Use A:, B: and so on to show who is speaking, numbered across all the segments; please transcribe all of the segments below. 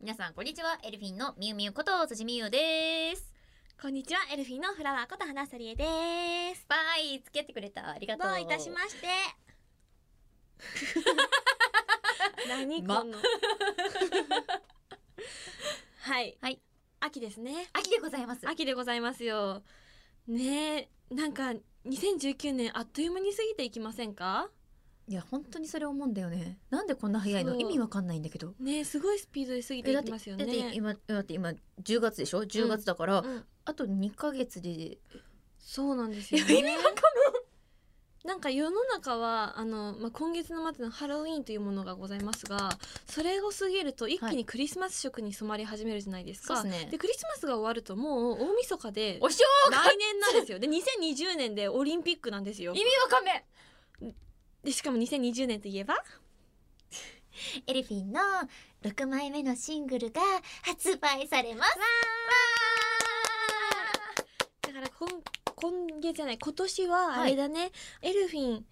A: 皆さんこんにちはエルフィンのみゆみゆこと辻みゆです
B: こんにちは、エルフィンのフラワーこと花さりえです。
A: バイ付き合ってくれたありがとう
B: どういたしま して。何
A: ま
B: この。 はい。
A: はい。
B: 秋ですね。
A: 秋でございます
B: 秋でございますよ。ねえ、なんか2019年あっという間に過ぎていきませんか
A: いや本当にそれ思うんだよねなんでこんな早いの
B: そう
A: 意味わかんないんだけど
B: ねえ、すごいスピードで過ぎて
A: えだ
B: い
A: っ
B: き
A: てだ
B: ま
A: っ
B: すよね。
A: て今だって今10月でしょ10月だから、
B: うん、
A: あと2ヶ月で
B: そうなんですよ、
A: いや
B: ね。なんか世の中はあの、まあ、今月の末のハロウィーンというものがございますがそれを過ぎると一気にクリスマス色に染まり始めるじゃないですか。
A: そうですね
B: でクリスマスが終わるともう大晦日で
A: お正
B: 来年なんですよ。で2020年でオリンピックなんですよ
A: 意。味わかめ
B: でしかも2020年といえば
A: エルフィンの6枚目のシングルが発売されますわ
B: だから今今月じゃない今年はあれだね、エルフィン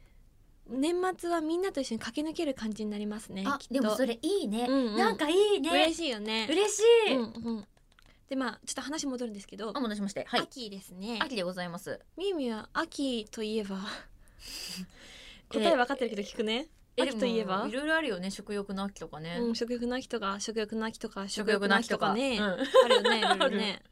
B: 年末はみんなと一緒に駆け抜ける感じになりますね。
A: あ
B: きっと
A: でもそれいいね、
B: うんうん
A: なんかいいね
B: 嬉しいよね。
A: 嬉しい、
B: うんうん、でまあちょっと話戻るんですけど、
A: お戻しましてはい
B: 秋ですね
A: 秋でございます
B: みゆみゆは秋とい えば答え分かってるけど聞くね、秋といえ
A: で
B: ば
A: もいろいろあるよね食欲の秋とかね、
B: うん、食欲の秋とか食欲の秋とか
A: 食欲の秋とか
B: ね、
A: うん
B: あるよ ねいろいろ
A: ある
B: ね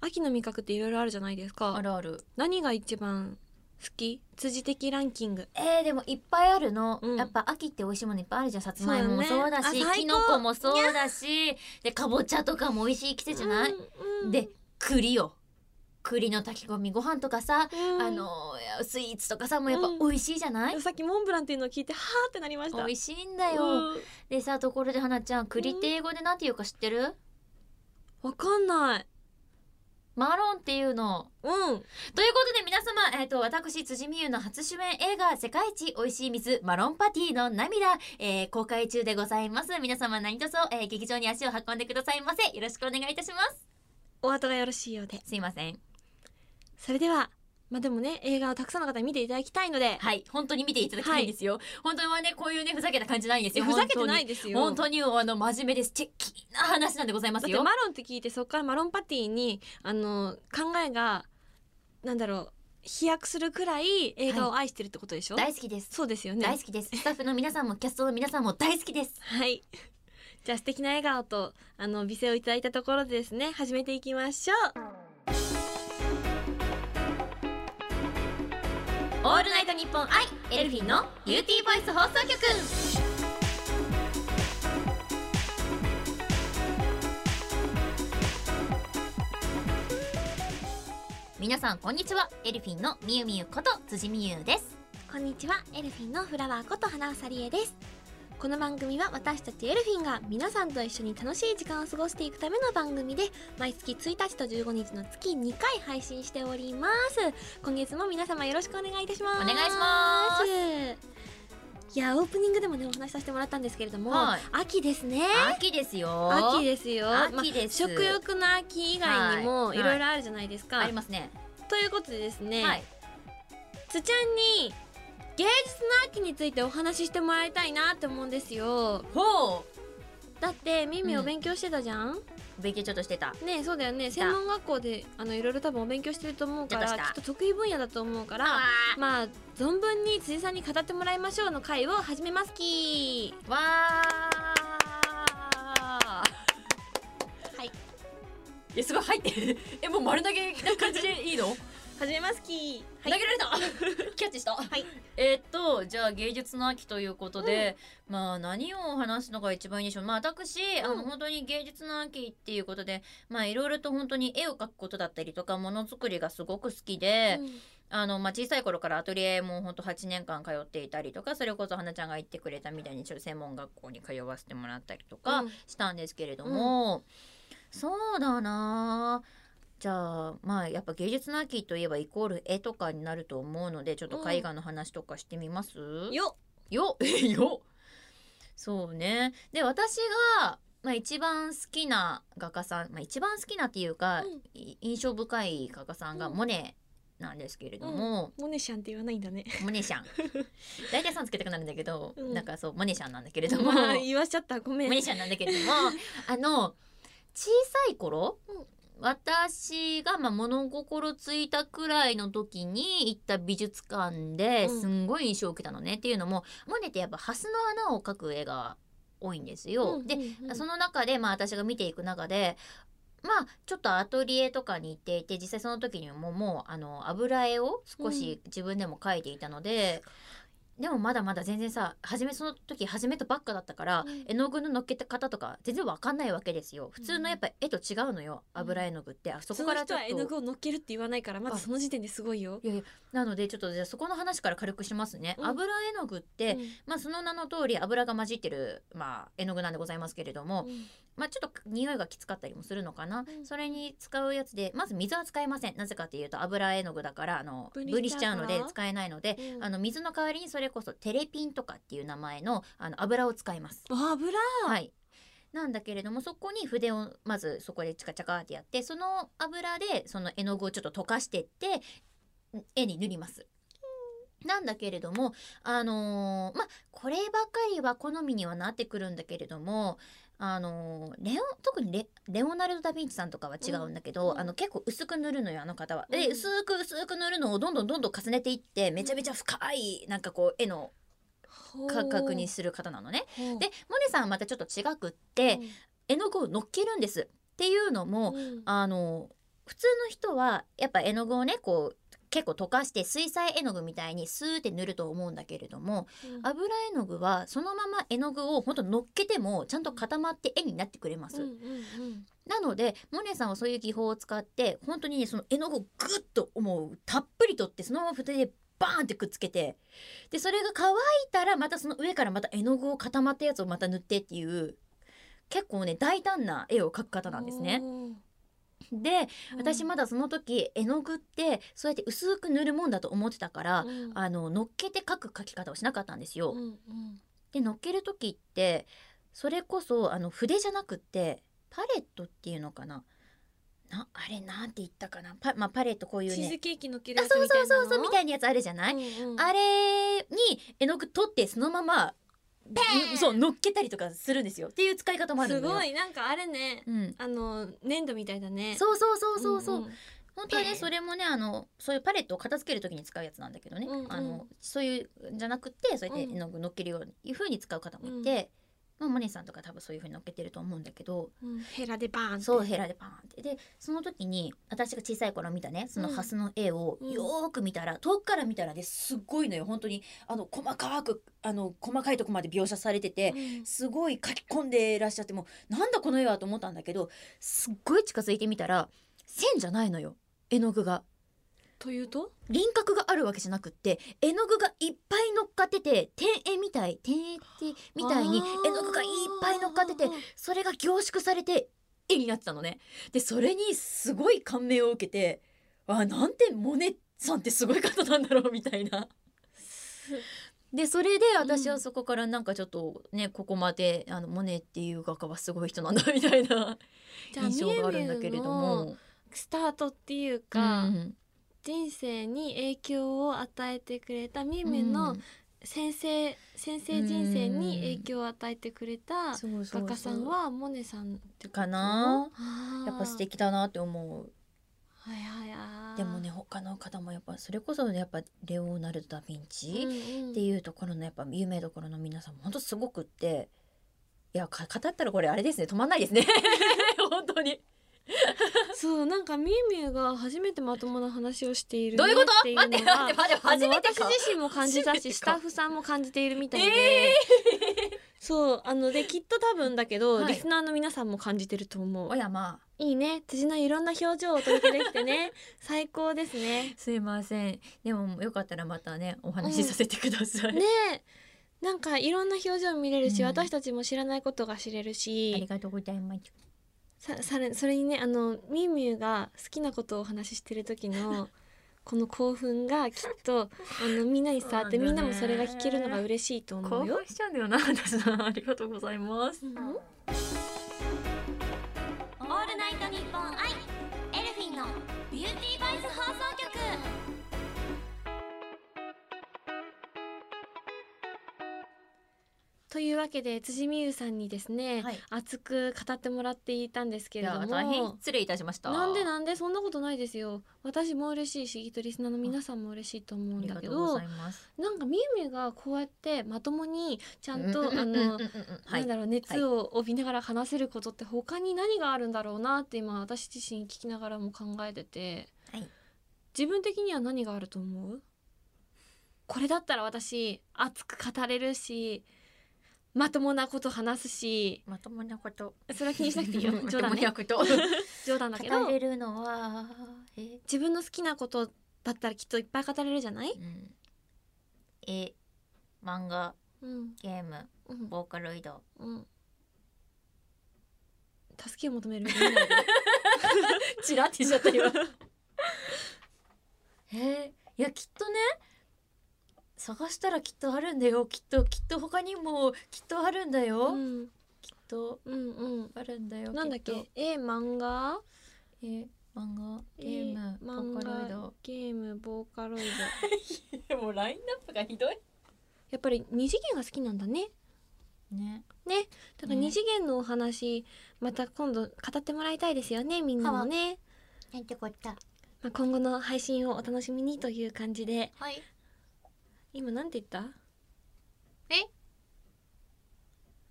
B: 秋の味覚っていろいろあるじゃないです
A: あ
B: か
A: るある
B: 何が一番好き辻的ランキング
A: えー、でもいっぱいあるの、
B: うん
A: やっぱ秋って美味しいものいっぱいあるじゃんさつまいもも
B: そう
A: そう
B: だね
A: だし
B: あ最高
A: きのこもそうだしでかぼちゃとかも美味しい季節じゃない、
B: うんうん
A: で栗よ栗の炊き込みご飯とかさ、
B: うん
A: あのスイーツとかさもやっぱ美味しいじゃない、
B: さっきモンブランっていうのを聞いてはーってなりました
A: 美味しいんだよ、
B: うん
A: でさところで花ちゃん栗って英語でなんて言うか知ってる、
B: わかんない
A: マロンっていうの
B: うん
A: ということで皆様、えー、と私辻美優の初主演映画「世界一おいしい水マロンパティの涙、えー公開中でございます皆様何卒、えー劇場に足を運んでくださいませよろしくお願いいたします
B: お後がよろしいようです
A: いません
B: それではまあでもね映画をたくさんの方に見ていただきたいので
A: はい本当に見ていただきたいんですよ、本当はねこういうねふざけた感じないんです
B: え
A: よ
B: ふざけてないいですよ
A: 本当にあの真面目ですチェッキーな話なんでございま
B: だ
A: す
B: ってマ
A: よ
B: ロンって聞いてそこからマロンパティにあの考えがなんだろう飛躍するくらい映画を愛してるってことでしょ、
A: 大好きです、
B: そうですよね
A: 大好きですスタッフの皆さんもキャストの皆さんも大好きです
B: はい じゃあ素敵な笑顔とあの美声をいただいたところでですね始めていきましょう
A: オールナイトニッポンアイエルフィンのビューティーボイス放送局皆さんこんにちはエルフィンのみゆみゆこと辻みゆです
B: こんにちはエルフィンのフラワーこと花尾さりえですこの番組は私たちエルフィンが皆さんと一緒に楽しい時間を過ごしていくための番組で毎月1日と15日の月2回配信しております今月も皆様よろしくお願いいたします
A: お願いします
B: いやオープニングでもねお話しさせてもらったんですけれども、
A: はい
B: 秋ですね
A: 秋ですよ
B: 秋ですよ
A: 秋です
B: まあ食欲の秋以外にも
A: はい
B: いろいろあるじゃないですか、
A: ありますね
B: ということでですね、
A: はい
B: つちゃんに芸術の秋についてお話ししてもらいたいなって思うんですよ
A: ほ
B: だってミミ
A: うん
B: お勉強してたじゃん、
A: う勉強ちょっとしてた
B: ねえそうだよね
A: した
B: 専門学校であのいろいろ多分お勉強してると思うか
A: ちょ
B: ら
A: っ
B: き
A: と
B: っ
A: した
B: と得意分野だと思うから
A: わ
B: まあ存分に辻さんに語ってもらいましょうの回を始めますき
A: ーわー
B: はい
A: えすごい 入ってるえもう丸投げな感じでいいの
B: 始めますき
A: 投げられた キャッチした、
B: い
A: えーっとじゃあ芸術の秋ということで、まあ何を話すのが一番いいんでしょうまあ私、あ
B: うん
A: の本当に芸術の秋っていうことでまあいろいろと本当に絵を描くことだったりとかものづくりがすごく好きで、あの、まあ、小さい頃からアトリエもほんと8年間通っていたりとかそれこそ花ちゃんが言ってくれたみたいにちょっと専門学校に通わせてもらったりとか
B: うん
A: したんですけれども、そうだなあじゃあまあやっぱ芸術の秋といえばイコール絵とかになると思うのでちょっと絵画の話とかしてみます、
B: うんよ
A: よよそうねで私が、まあ、一番好きな画家さん、まあ、一番好きなっていうか、
B: うん
A: い印象深い画家さんが
B: うん
A: モネなんですけれども、
B: モネシャンって言わないんだね。
A: モネシャン大体さんつけたくなるんだけど、
B: うん
A: なんかそうモネシャンなんだけれども、
B: まあ言わしちゃったごめん。
A: モネシャンなんだ けれどもあの小さい頃、
B: うん
A: 私がまあ物心ついたくらいの時に行った美術館で
B: うん
A: すんごい印象を受けたのね、っていうのもモネってやっぱハスの穴を描く絵が多いんですよ。
B: うん
A: で
B: うんうん
A: その中で、まあ、私が見ていく中でまあちょっとアトリエとかに行っていて実際その時にももうあの油絵を少し自分でも描いていたので、でもまだまだ全然さ初めその時初めとばっかだったから、
B: うん
A: 絵の具ののっけた方とか全然わかんないわけですよ普通のやっぱ絵と違うのよ
B: うん
A: 油絵の具って、あそ
B: そ
A: こ
B: の
A: からち
B: 人
A: ょ
B: は絵の
A: っ
B: 具
A: と。
B: を乗っけるって言わないからまずその時点ですごいよ。
A: いやいやなのでちょっとじゃあそこの話から軽くしますね、
B: うん
A: 油絵の具って、まあ、その名の通り油が混じってる、まあ、絵の具なんでございますけれども、まあ、ちょっと匂いがきつかったりもするのかな、
B: うん
A: それに使うやつでまず水は使えませんなぜかというと油絵の具だからあの
B: 分
A: 分離
B: 離し
A: し
B: ち
A: ち
B: ゃ
A: ゃ
B: う
A: う
B: から
A: ので使えないので、
B: うん
A: あの水の代わりにそれこそテレピンとかっていう名前のあの油を使います。
B: あ油。
A: はいなんだけれどもそこに筆をまずそこでチカチカってやってその油でその絵の具をちょっと溶かしてって絵に塗ります。なんだけれどもあのーまあこればかりは好みにはなってくるんだけれどもあのーレオン特にレレオナルド・ダ・ヴィンチさんとかは違うんだけど、
B: うん
A: あの結構薄く塗るのよあの方は。で
B: うん
A: 薄く薄く塗るのをどんどんどんどん重ねていってめちゃめちゃ深いなんかこう絵の感覚にする方なのね。
B: ほう
A: でモネさんはまたちょっと違くって、
B: うん
A: 絵の具を乗っけるんですっていうのも、
B: うん
A: あの普通の人はやっぱ絵の具をねこう結構溶かして水彩絵の具みたいにスーって塗ると思うんだけれども
B: うん
A: 油絵の具はそのまま絵の具をほんと乗っけてもちゃんと固まって絵になってくれます、
B: うんうん
A: なのでモネさんはそういう技法を使って本当にねその絵の具をグッともうたっぷり取ってそのまま筆でバーンってくっつけてでそれが乾いたらまたその上からまた絵の具を固まったやつをまた塗ってっていう結構ね大胆な絵を描く
B: う
A: 方
B: ん
A: なんですね。
B: おー
A: で私まだその時絵の具ってそうやって薄く塗るもんだと思ってたから、
B: うん
A: あの乗っけて描く描き方をしなかったんですよ。
B: うんうん
A: で乗っける時ってそれこそあの筆じゃなくってパレットっていうのかななあれなんて言ったかなパ,、まあ、パレットこういう
B: チーズ
A: ね
B: ケーキのっける
A: あ
B: やつ
A: そう
B: みた
A: そう
B: いな
A: そ
B: の
A: うそうみたいなやつあるじゃない、
B: うんうん
A: あれに絵の具取ってそのまま
B: ーン
A: そう乗っけたりとかするんですよっていう使い方もある
B: す
A: のよ
B: ごいなんかあれね
A: うん、
B: あの粘土みたいだね
A: そうそうそうそうそう、
B: んん
A: 本当は
B: ペ
A: ね
B: ン
A: それもねあのそういうパレットを片付ける時に使うやつなんだけどね、
B: うんうん
A: あのそういうんじゃなくてそうやって
B: うん
A: 絵の具乗っけるようにいうふうに使う方もいて、まあ、モネさんとか多分そういうふうに乗っけてると思うんだけど
B: うんヘラでバーンって
A: そうヘラでパーンってでその時に私が小さい頃見たねそのハスの絵を
B: うん
A: よーく見たら、遠くから見たらねすっごいのよ本当にあの細かくあの細かいとこまで描写されてて、
B: うん
A: すごい書き込んでいらっしゃってもうなんだこの絵はと思ったんだけどすっごい近づいてみたら線じゃないのよ絵の具が。
B: というと
A: 輪郭があるわけじゃなくって絵の具がいっぱい乗っかってて点絵みたい点絵ってみたいに
B: あー
A: 絵の具がいっぱい乗っかっててそれが凝縮されて絵になってたのね。でそれにすごい感銘を受けてあなんてモネさんってすごい方なんだろうみたいな。でそれで私はそこからなんかちょっとね、ここまであのモネっていう画家はすごい人なんだみたいな
B: じゃあ
A: 印象があるんだけれど
B: みゆみゆの
A: も。
B: スタートっていうか、
A: うん
B: 人生に影響を与えてくれたみゆみゆ
A: う
B: の
A: ん
B: 先生、先生人生に影響を与えてくれた
A: そうそうそ
B: 画
A: う
B: 家さんはモネさんってこと
A: かな
B: あー
A: やっぱ素敵だなって思う
B: はいはいはい
A: でもね他の方もやっぱそれこそやっぱレオナルド・ダ・ヴィンチ
B: っ
A: って
B: う
A: いうところのやっぱ有名どころの皆さんも本当すごくっていやか語ったらこれあれですね止まんないですね 本当に
B: んそうなんかみゆみゆが初めてまともな話をしているね
A: どういうこと
B: ていのが
A: 待って待って待って
B: あの
A: 初めてか
B: 私自身も感じた
A: 初
B: し
A: めてか
B: スタッフさんも感じているみたいで、
A: え
B: そうあのできっと多分だけど、
A: はい
B: リスナーの皆さんも感じてると思う
A: おやま
B: いいね辻のいろんな表情をお届けできてね最高ですね
A: すいませんでもよかったらまたねお話しさせてくだ さい、
B: ねえなんかいろんな表情見れるし、
A: うん
B: 私たちも知らないことが知れる
A: あり
B: し
A: がとうございます
B: さされそれにねあのみゆみゆが好きなことをお話ししてる時 のこの興奮がきっとあのみんなに伝わって、
A: そう
B: み
A: だね
B: んなもそれが聞けるのが嬉しいと思うよ。
A: しちゃうんだよな私なありがとうございます
B: うん
C: オールナイトニッポンアイエルフィンのビューティーバイス放送局
B: というわけで辻美優さんにですね、
A: はい
B: 熱く語ってもらっていたんですけ
A: い
B: れど
A: や
B: も
A: 大変失礼いたしました
B: なんで
A: ん
B: なんでそんなことないですよ私も嬉しいしきっとリスナーの皆さんも嬉しいと思うんだけど
A: ます
B: なんかみゆみゆがこうやってまともにちゃんと、
A: うんうんうんうん
B: あの、
A: うんうんは
B: ないんだろう熱を帯びながら話せることって他に何があるんだろうなって今私自身聞きながらも考えてて、
A: はい
B: 自分的には何があると思うこれだったら私熱く語れるしまともなこと話すし
A: まともなこと
B: それは気にしなくていいよ 冗談
A: まともな
B: ね
A: こと
B: 冗談だけど
A: 語れるのはえ
B: 自分の好きなことだったらきっといっぱい語れるじゃない、
A: うんえ漫画
B: うん
A: ゲーム
B: うん
A: ボーカロイド
B: うん、助けを求めるチラ ってしちゃったよ
A: えいやきっとね探したらきっとあるんだよきっときっと他にもきっとあるんだよ、
B: うん
A: きっと
B: うんうん
A: あるんだよ
B: なんだっ
A: きと
B: けえ漫画
A: え漫画ゲーム
B: え
A: ボーカロイ
B: 漫 画
A: ド
B: ゲームボーカロイドや
A: もうラインナップがひどい
B: っぱり二次元が好きなんだね
A: ね
B: だから
A: ね
B: 二次元のお話また今度語ってもらいたいですよねみんなもね、
A: なんてこった
B: まあ、今後の配信をお楽しみにという感じで
A: はい
B: 今なんて言った
A: え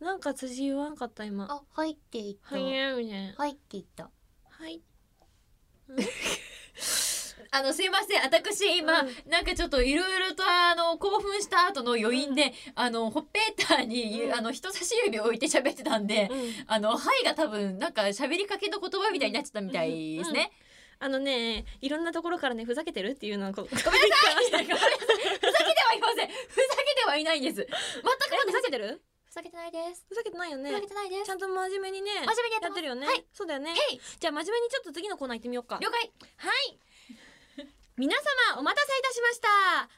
B: なんか辻言わんかった今
A: あ入っていっ
B: はいやみたいな
A: 入っていった
B: はい
A: あのすいません私今、
B: うん
A: なんかちょっといろいろとあの興奮した後の余韻で、あのほっぺたに、
B: うん
A: あの人差し指を置いて喋ってたんで、
B: うん
A: あの「はい」が多分なんか喋りかけの言葉みたいになっちゃったみたいですね。
B: あのねいろんなところからねふざけてるっていうのはこう
A: ごめんな さいふざけてはいませんふざけてはいないんです全く
B: ふざけてる
A: ふざけてないです
B: ふざけてないよね
A: ふざけてないで
B: ち
A: す
B: ゃんと真面目にね
A: 真面目にや
B: や
A: っ
B: っ
A: る
B: ててるよね
A: はい
B: そうだよね
A: へい
B: じゃあ真面目にちょっと次のコーナー行ってみようか
A: 了解
B: はい皆様お待たせいたしました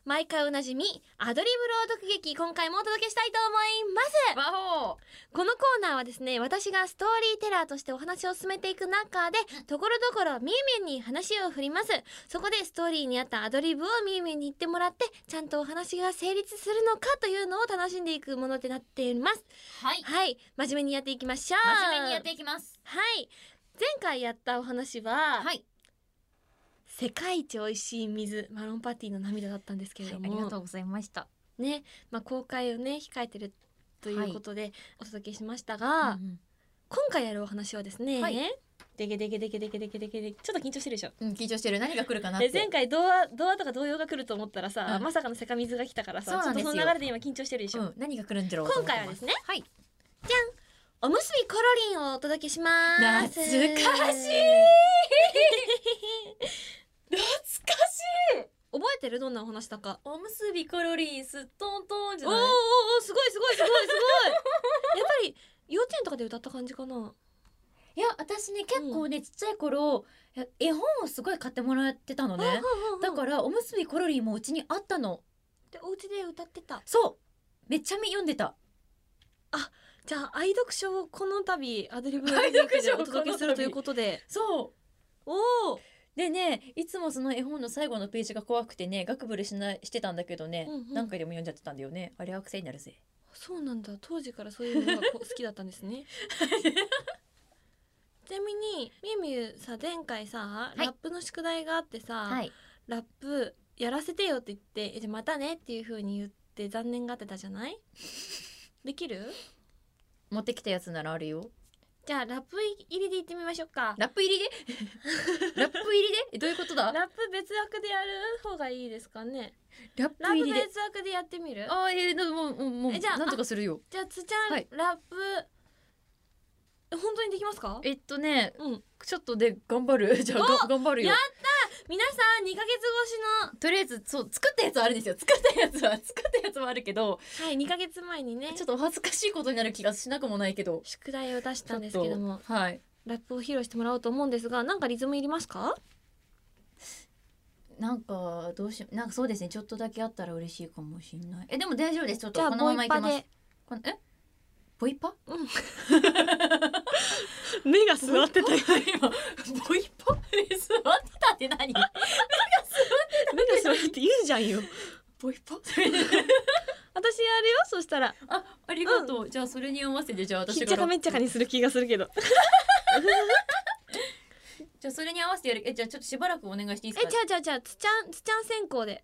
B: 毎回おなじみアドリブ朗読劇今回もお届けしたいと思います
A: 魔法
B: このコーナーはですね私がストーリーテラーとしてお話を進めていく中でところどころみゆみゆに話を振りますそこでストーリーに合ったアドリブをみゆみゆに言ってもらってちゃんとお話が成立するのかというのを楽しんでいくものとなっています
A: はい
B: はい真面目にやっていきましょう
A: 真面目にやっていきます
B: はい前回やったお話は、
A: はい
B: 世界一美味しい水マロンパティの涙だったんですけれども、
A: うございました
B: ね、まあ、公開をね控えてるということでお届けしましたが、
A: うん
B: 今回やるお話はですね、
A: はい
B: でけでけでけでけでけでけでけちょっと緊張してるでしょ
A: うん緊張してる何が来るかなっ
B: で前
A: て
B: 回童話童話とか童謡が来ると思ったらさ、
A: うん
B: まさかのセカミズが来たから
A: そうなん
B: さちょっ
A: で
B: と
A: すよ
B: その流れで今緊張してるでし
A: う
B: ょ、
A: ん何が来るんだろうと思
B: 今
A: ってます
B: 回はですね
A: はい
B: おむすびコロリンをお届けします
A: 懐かしい懐かしい
B: 覚えてるどんなお話だか
A: おむすびコロリンストントンじ
B: おーおーおーすごいすごいすごいすごい やっぱり幼稚園とかで歌った感じかない
A: や私ね結構ね、ちっちゃい頃いや絵本をすごい買ってもらってたのねだ
B: ら
A: からおむすびコロリンもうちにあったの
B: でお家で歌ってた
A: そうめっちゃみ読んでた
B: じゃあ愛読書をこの度アドリブで
A: 愛読書をこの度
B: お届けするということで
A: そう
B: おお、
A: でねいつもその絵本の最後のページが怖くてねガクブルしないしてたんだけどね、
B: うんうん
A: 何回でも読んじゃってたんだよねあれは癖になるぜ
B: そうなんだ当時からそういうのがこ好きだったんです ねちなみにみゆみゆさ前回さ、
A: い
B: ラップの宿題があってさ、
A: い
B: ラップやらせてよって言ってえじゃあまたねっていう風に言って残念がってたじ ゃないできる
A: 持ってきたやつならあるよ
B: じゃあラップ入りで行ってみましょうか
A: ラップ入 りでラップ入りでえどういうことだ
B: ラップ別枠でやる方がいいですかね
A: ラップ
B: ラッ
A: 入
B: プ
A: りで
B: 別枠でやってみる
A: あーえー、なもうもうもう
B: えじゃあ
A: なんとかするよ
B: じゃあつーちゃん、
A: はい
B: ラップえ本当にできますか
A: えっとね
B: うん
A: ちょっとで頑張るじゃあが頑張るよ
B: や皆さん2ヶ月
A: とりあえずそう作ったやつはあるんですよ作ったやつは作ったやつはあるけど
B: 越しのはい2ヶ月前にね
A: ちょっとお恥ずかしいことになる気がしなくもないけど
B: 宿題を出したんですけども
A: ちょっとはい
B: ラップを披露してもらおうと思うんですがなんかリズムいりますか
A: なんかどうしなんかそうですねちょっとだけあったら嬉しいかもしれないえでも大丈夫ですちょっ
B: じ
A: と
B: ゃ
A: こ
B: あ
A: の
B: ボ
A: まま
B: イ
A: いけ
B: パ
A: ます
B: で
A: このえボイパ
B: 目が座っ てた
A: 今ボイパ え座ってたって何
B: 目が座ってて言うじゃんよ
A: ボイパ
B: 私やるよそしたら
A: あありがとう、じゃあそれに合わせてじゃあ私
B: ひ
A: が
B: っちゃかめっちゃかにする気がするけど
A: じゃあそれに合わせてやるえじゃあちょっとしばらくお願いしていいで
B: え
A: すか
B: じゃあじゃあじゃあつちゃんつちゃん先行で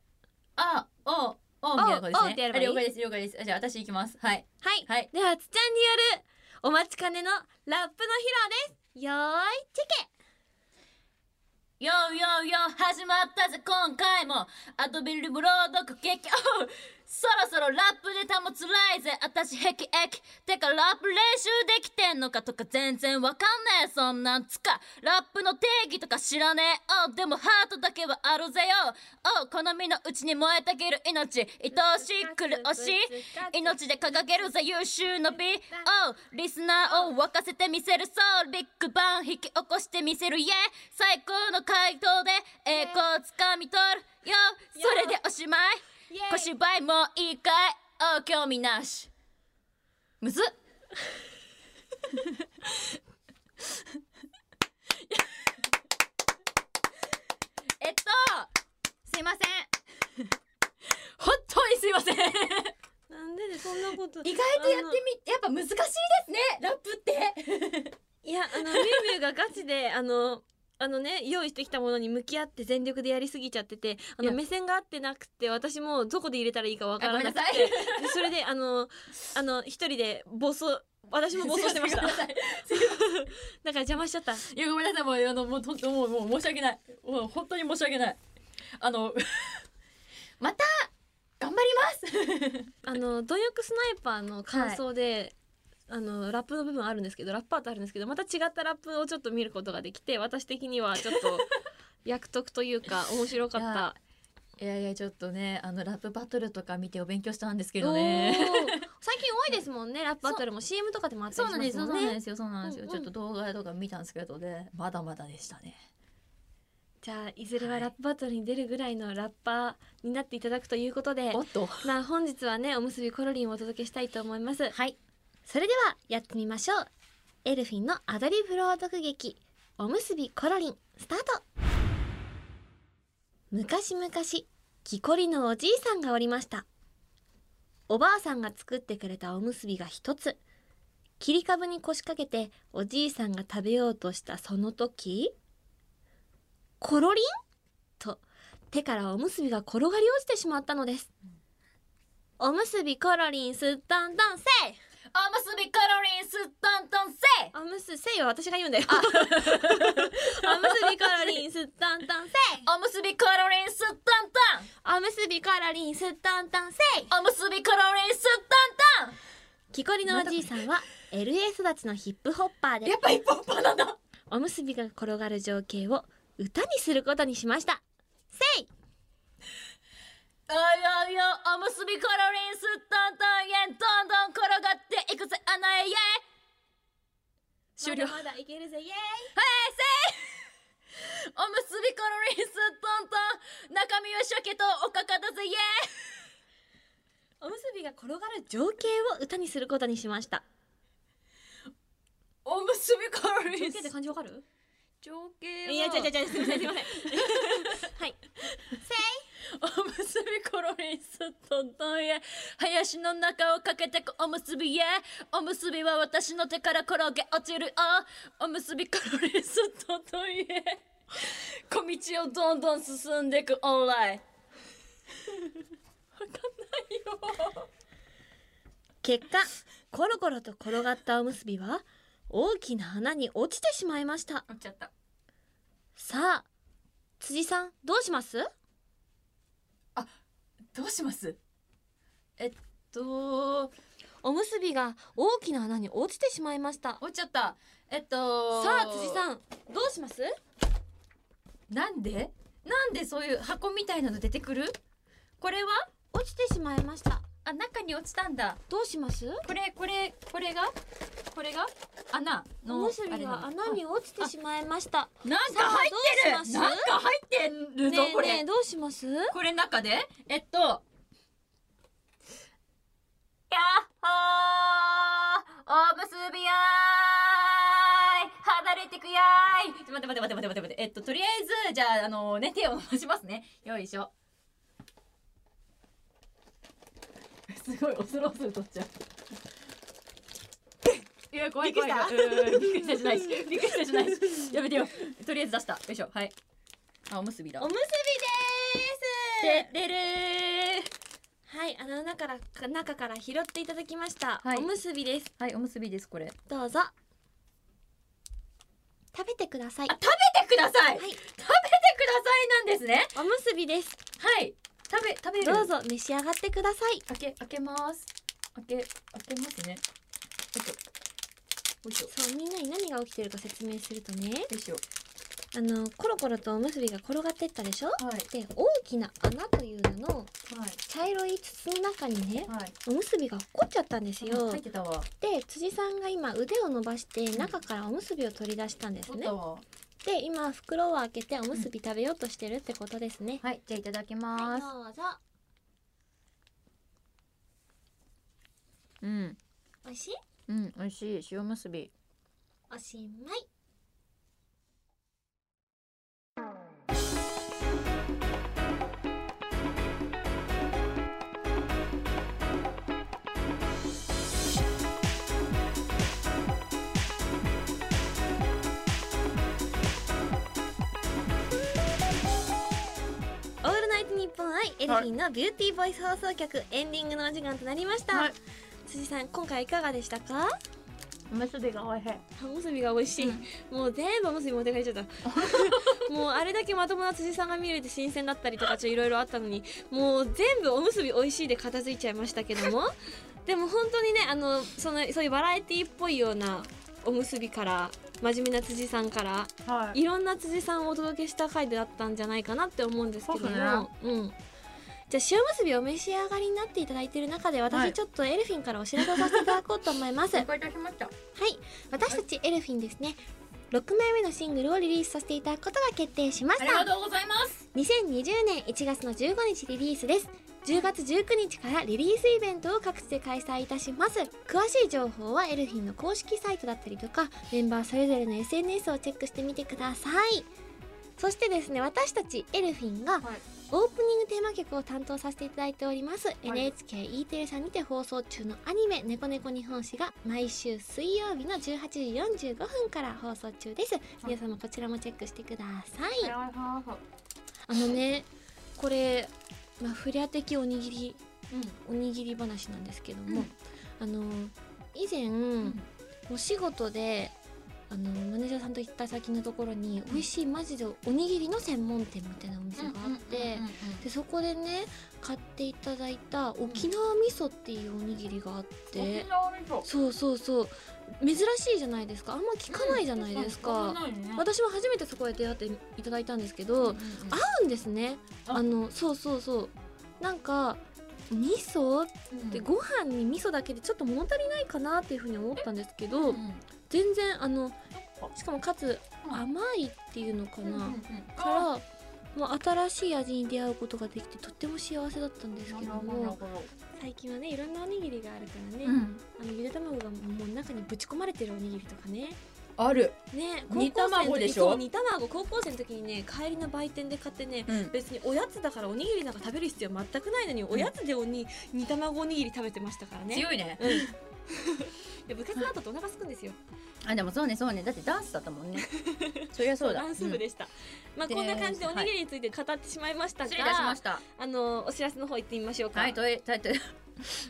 A: あおおみたいな感じ
B: おおってや
A: です
B: れ
A: ね
B: ば
A: あ
B: い
A: 了解で
B: い
A: す了解ですあじゃあ私行きますはい
B: はい
A: はい
B: ではつちゃんによるお待ちかねのラップの披露ですよーいチェケ
A: よーよーよー始まったぜ今回もアドビルブロードク激おうそろそろラップで保つらいぜ私ヘキヘキてかラップ練習できてんのかとか全然わかんねえそんなんつかラップの定義とか知らねえおうでもハートだけはあるぜよおう好みのうちに燃えたぎる命愛おしい苦しい命で掲げるぜ優秀の美をリスナーを沸かせてみせるそうビッグバン引き起こしてみせるイエ最高の回答で栄光をつかみ取るよそれでおしまい
B: イエ
A: 小
B: ーイ
A: 芝居もういいかいお興味なしむずっ えっとすいません 本当にすいません
B: なんででそんなこと
A: 意外とやってみやっぱ難しいですねラップって
B: みいやあのミュウミュウがガチであのあのね用意してきたものに向き合って全力でやりすぎちゃっててあ
A: い
B: の
A: や
B: 目線が合ってなくて私もどこで入れたらいいかわからなくて
A: あごめんな
B: でそれであのあの一人で暴走私も暴走し てましただ
A: ごめんなさ
B: か
A: い
B: ら邪魔しちゃった
A: いやごめんなさいもうあのもうとんともうもう申し訳ないもう本当に申し訳ないあの また頑張ります
B: あの貪欲スナイパーの感想で、あのラップの部分あるんですけどラッパーとあるんですけどまた違ったラップをちょっと見ることができて私的にはちょっ と役得というか面白かっ
A: い
B: た
A: や。いやいやちょっとねあのラップバトルとか見てお勉強したんですけ
B: お
A: ど
B: ー
A: ね
B: 最近多いですもんねラップバトルも CM とかでもあった
A: そう
B: りし
A: な
B: ま
A: んです
B: す
A: よ
B: も
A: そ
B: ん
A: うなん
B: ね
A: ですよそうなんですよ、
B: うんうん
A: ちょっと動画とか見たんですけどねまだまだでしたね
B: じゃあいずれは
A: はい
B: ラップバトルに出るぐらいのラッパーになっていただくということで、
A: おっと
B: まあ本日はねおむすびコロリンをお届けしたいと思います
A: はい
B: それではやってみましょうエルフィンのアドリブ朗読劇おむすびコロリンスタート昔々木こりのおじいさんがおりましたおばあさんが作ってくれたおむすびが一つ切り株に腰掛けておじいさんが食べようとしたその時コロリンと手からおむすびが転がり落ちてしまったのですおむすびコロリンすっとんとんせい
A: おむすびカロリーストントンせい
B: あむすせいは私が言うんだよ。 あむすびカロリンすったんたんせい。
A: おむすびカロリンストントン
B: あむすびカロリンすったんたんせい。
A: おむすびカロリンスタンタ
B: 木こりのおじいさんは LA 育ちのヒップホッパー
A: ン
B: で
A: やっぱ一本パなんだ
B: おむすびが転がる情景を歌にすることにしました。せい。
A: おいおいおいおむすびカロリンスタンタンイェンどんどん転がっていくぜあなえイェイ終了
B: まだまだいけるぜイエーイ。
A: おむすびカロリンストントン中身は鮭とおかかだぜイェイ
B: おむすびが転がる情景を歌にすることにしました。
A: おむすびカロ
B: 情
A: リ
B: 景って漢字わかる？
A: 情景
B: いや違う違う
A: う
B: 違うすみませんすみません。はい。
A: おむすびカロリンストントンイェイ林の中をかけてくおむすびイェイおむすびは私の手から転げ落ちるよおむすびカロリンストントンイェイ小道をどんどん進んでくオンラインわかんないよ
B: 結果コロコロと転がったおむすびは大きな穴に落ちてしまいました
A: 落ちちゃった
B: さあ辻さんどうします
A: どうしますえっと
B: おむすびが大きな穴に落ちてしまいましたさ
A: 落ちちゃったえっと
B: あ辻さんどうします
A: なんでなんでそういう箱みたいなの出てくるこれは
B: 落ちてしまいました
A: あ中に落ちたんだ
B: どうします
A: これこれこれがこれが穴
B: お
A: の
B: むす
A: あ
B: び
A: れ
B: が
A: なの
B: 穴に落ちてしまいました
A: あなんか
B: さあ
A: 入って
B: ど
A: る
B: うします
A: なんか入ってる
B: ね
A: ぞこ
B: えね
A: れ、
B: えどうします
A: これ中でえっとやっほーおむすびやーい離れてくやーいちょ待って待って待って待って待ってえっととりあえずじゃああのね手を伸ばしますねよいしょすごいおすろおするとっちゃういや怖い
B: びっ
A: 怖
B: く
A: いうんびっくり
B: りした
A: したじゃないしびっくりしたじゃないしやめてよとりあえず出したよいしょはいあおむすびだ
B: おむすびで
A: ででる
B: すはいあの中から中から拾っていただきました、
A: はい
B: おむすびです
A: ーはいおむすびですこれ
B: どうぞ食べてください
A: あ食べてください、
B: はい
A: 食べてくださいなんですね
B: おむすびです
A: はい食べ食べる
B: どうぞ召し上がってください
A: 開け開けます開け開けますねよいしょよいしょ
B: そうみんなに何が起きてるか説明するとね
A: よいしょ
B: あのコロコロとおむすびが転がってったでしょ
A: はい
B: で大きな穴というのの
A: はい
B: 茶色い筒の中にね
A: はい
B: おむすびが落っこっちゃったんですよ
A: 入ってたわ
B: で辻さんが今腕を伸ばして中からおむすびを取り出したんです
A: 取っ
B: ね
A: たわ
B: で今袋を開けておむすび食べようとしてるってことですね、
A: はいじゃあいただき
B: は
A: ま
B: い
A: す
B: どうぞ
A: うん
B: おいしい
A: うん美味しい塩むすび
B: おしまいオールナイトニッポンアイエルフィンのビューティーボイス放送局エンディングのお時間となりました、
A: はい
B: 辻さん今回いかがでしたか
A: おむすびが美味しい
B: おむすびが美味しい、もう全部おむすび持って帰っちゃっ たもうあれだけまともな辻さんが見れて新鮮だったりとかちょいろいろあったのにもう全部おむすび美味しいで片付いちゃいましたけどもでも本当にねあのそのそういうバラエティっぽいようなおむすびから真面目な辻さんから
A: はい
B: ろんな辻さんをお届けした回だったんじゃないかなって思うんですけども、
A: そうね
B: うんじゃあ塩むすびお召し上がりになっていただいている中で
A: は
B: 私
A: い
B: ちょっとエルフィンからお知らせをさせていただこうと思います
A: 了解いたしました
B: はい、私たちエルフィンですね。6枚目のシングルをリリースさせていただくことが決定しまし
A: あり。
B: た
A: がとうございます
B: 2020年1月の15日リリースです。10月19日からリリースイベントを各地で開催いたします。詳しい情報はエルフィンの公式サイトだったりとか、メンバーそれぞれの SNS をチェックしてみてください。そしてですね、私たちエルフィンが
A: はい
B: オープニングテーマ曲を担当させていただいております、NHKE テレさんにて放送中のアニメ「猫猫日本史」が毎週水曜日の18時45分から放送中です皆様こちらもチェックしてください、あのねこれ、まあ、フレア的おにぎり
A: うん
B: おにぎり話なんですけど
A: う
B: も、
A: ん
B: あの以前、
A: ん
B: お仕事であのマネージャーさんと行った先のところに、美味しいマジでおにぎりの専門店みたいなお店があって、でそこでね買っていただいた沖縄味噌っていうおにぎりがあって、
A: 沖縄味噌
B: そうそうそう珍しいじゃないですかあんま聞かないじゃないですか、
A: うん聞かないね
B: 私も初めてそこで出会っていただいたんですけ
A: うんう
B: ど、合
A: んうん
B: うんですね
A: あ
B: あのそうそうそうなんか味噌っ
A: うん
B: てご飯に味噌だけでちょっと物足りないかなっていうふうに思ったんですけど、
A: うん
B: 全然あの
A: そっ
B: しかもかつ
A: うん
B: 甘いっていうのかな、
A: うんうんうん
B: から
A: あ
B: もう新しい味に出会うことができてとっても幸せだったんですけど
A: なるほどなる
B: も
A: ほど
B: 最近はねいろんなおにぎりがあるからね、
A: うん
B: あのゆで卵がもう中にぶち込まれてるおにぎりとかね
A: ある
B: ね
A: 煮
B: 高校生の時
A: 卵でしょ
B: そう煮卵高校生の時にね帰りの売店で買ってね
A: うん
B: 別におやつだからおにぎりなんか食べる必要全くないのにおやつでおに煮卵おにぎり食べてましたからね
A: 強いね
B: うんで部活の後ってお腹すくんですよ
A: あでもそうねそうねだってダンスだったも んねそりゃそうだ
B: ダンス部でした、まあこんな感じでおにぎりについて語ってしまいました
A: うん
B: が
A: 失礼いたしました
B: あのお知らせの方行ってみましょうか
A: はいとえ大変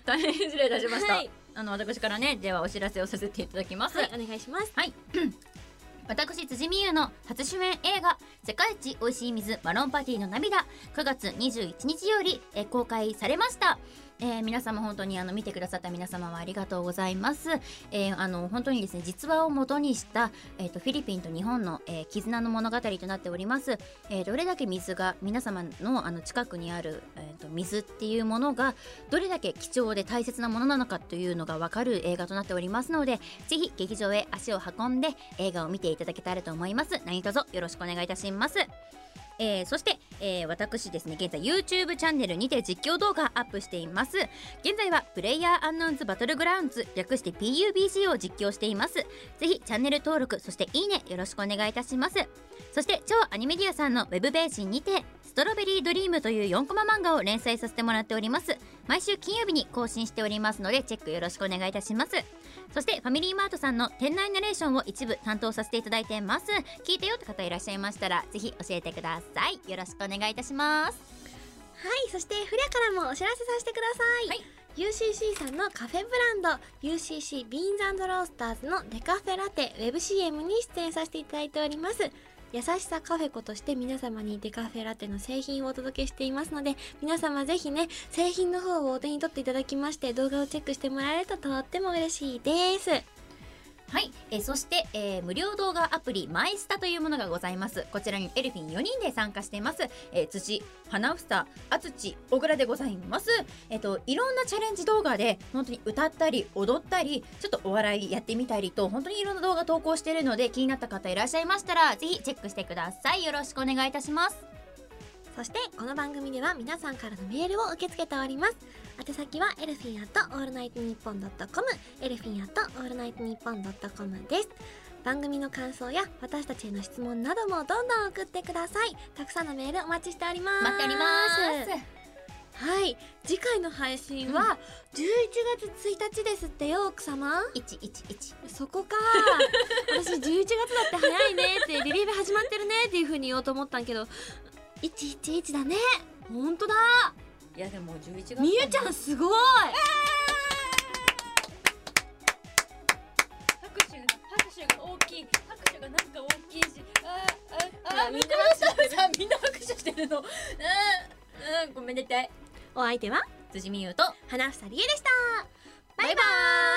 A: 大変失礼いたしました、
B: はい
A: あの私からねではお知らせをさせていただきます、
B: はい、お願いします。
A: 私辻美優の初主演映画「世界一おいしい水マロンパティの涙」9月21日より、えー公開されました。えー皆様本当にあの見てくださった皆様はありがとうございます。えーあの本当にですね実話を元にした、えー、とフィリピンと日本の、えー絆の物語となっております。えーどれだけ水が皆様のあの近くにある、えー、と水っていうものがどれだけ貴重で大切なものなのかというのが分かる映画となっておりますのでぜひ劇場へ足を運んで映画を見ていただけたらと思います何卒よろしくお願いいたしますえーそして、えー私ですね現在 YouTube チャンネルにて実況動画アップしています現在はプレイヤーアンノーンズバトルグラウンズ略して PUBG を実況していますぜひチャンネル登録そしていいねよろしくお願いいたしますそして超アニメディアさんのウェブページにてストロベリードリームという4コマ漫画を連載させてもらっております毎週金曜日に更新しておりますのでチェックよろしくお願いいたします
C: そしてファミリーマートさんの店内ナレーションを一部担当させていただいてます聞いたよって方いらっしゃいましたらぜひ教えてくださいよろしくお願いいたします
B: はいそしてフレアからもお知らせさせてください、
C: はい
B: UCC さんのカフェブランド UCC ビーンズロースターズのデカフェラテウェブ CM に出演させていただいております優しさカフェコとして皆様にデカフェラテの製品をお届けしていますので皆様ぜひね製品の方をお手に取っていただきまして動画をチェックしてもらえるととっても嬉しいです
C: はい、えーそして、えー無料動画アプリマイスタというものがございますこちらにエルフィン4人で参加しています、えー、辻花房あつち小倉でございますえっ、といろんなチャレンジ動画で本当に歌ったり踊ったりちょっとお笑いやってみたりと本当にいろんな動画投稿しているので気になった方いらっしゃいましたらぜひチェックしてくださいよろしくお願いいたします
B: そしてこの番組では皆さんからのメールを受け付けております宛先はエルフィンアットオールナイトニッポンドットコムエルフィンアットオールナイトニッポンドットコムです番組の感想や私たちへの質問などもどんどん送ってくださいたくさんのメールお待ちしております
C: 待っております
B: はい次回の配信は11月1日ですってよ奥様
C: 111
B: そこか私11月だって早いねってリリーベ始まってるねっていう風に言おうと思ったんけど111だね本当だ
A: いやでも11月
B: みゆちゃんすごい
A: 拍手が拍手が大きい拍手がなんか大きいしあーあーあーみんな拍手してるみんな拍手してるのうんうんごめんなさい
B: お相手は
C: 辻美優と
B: 花房理恵でした
C: バイバーイ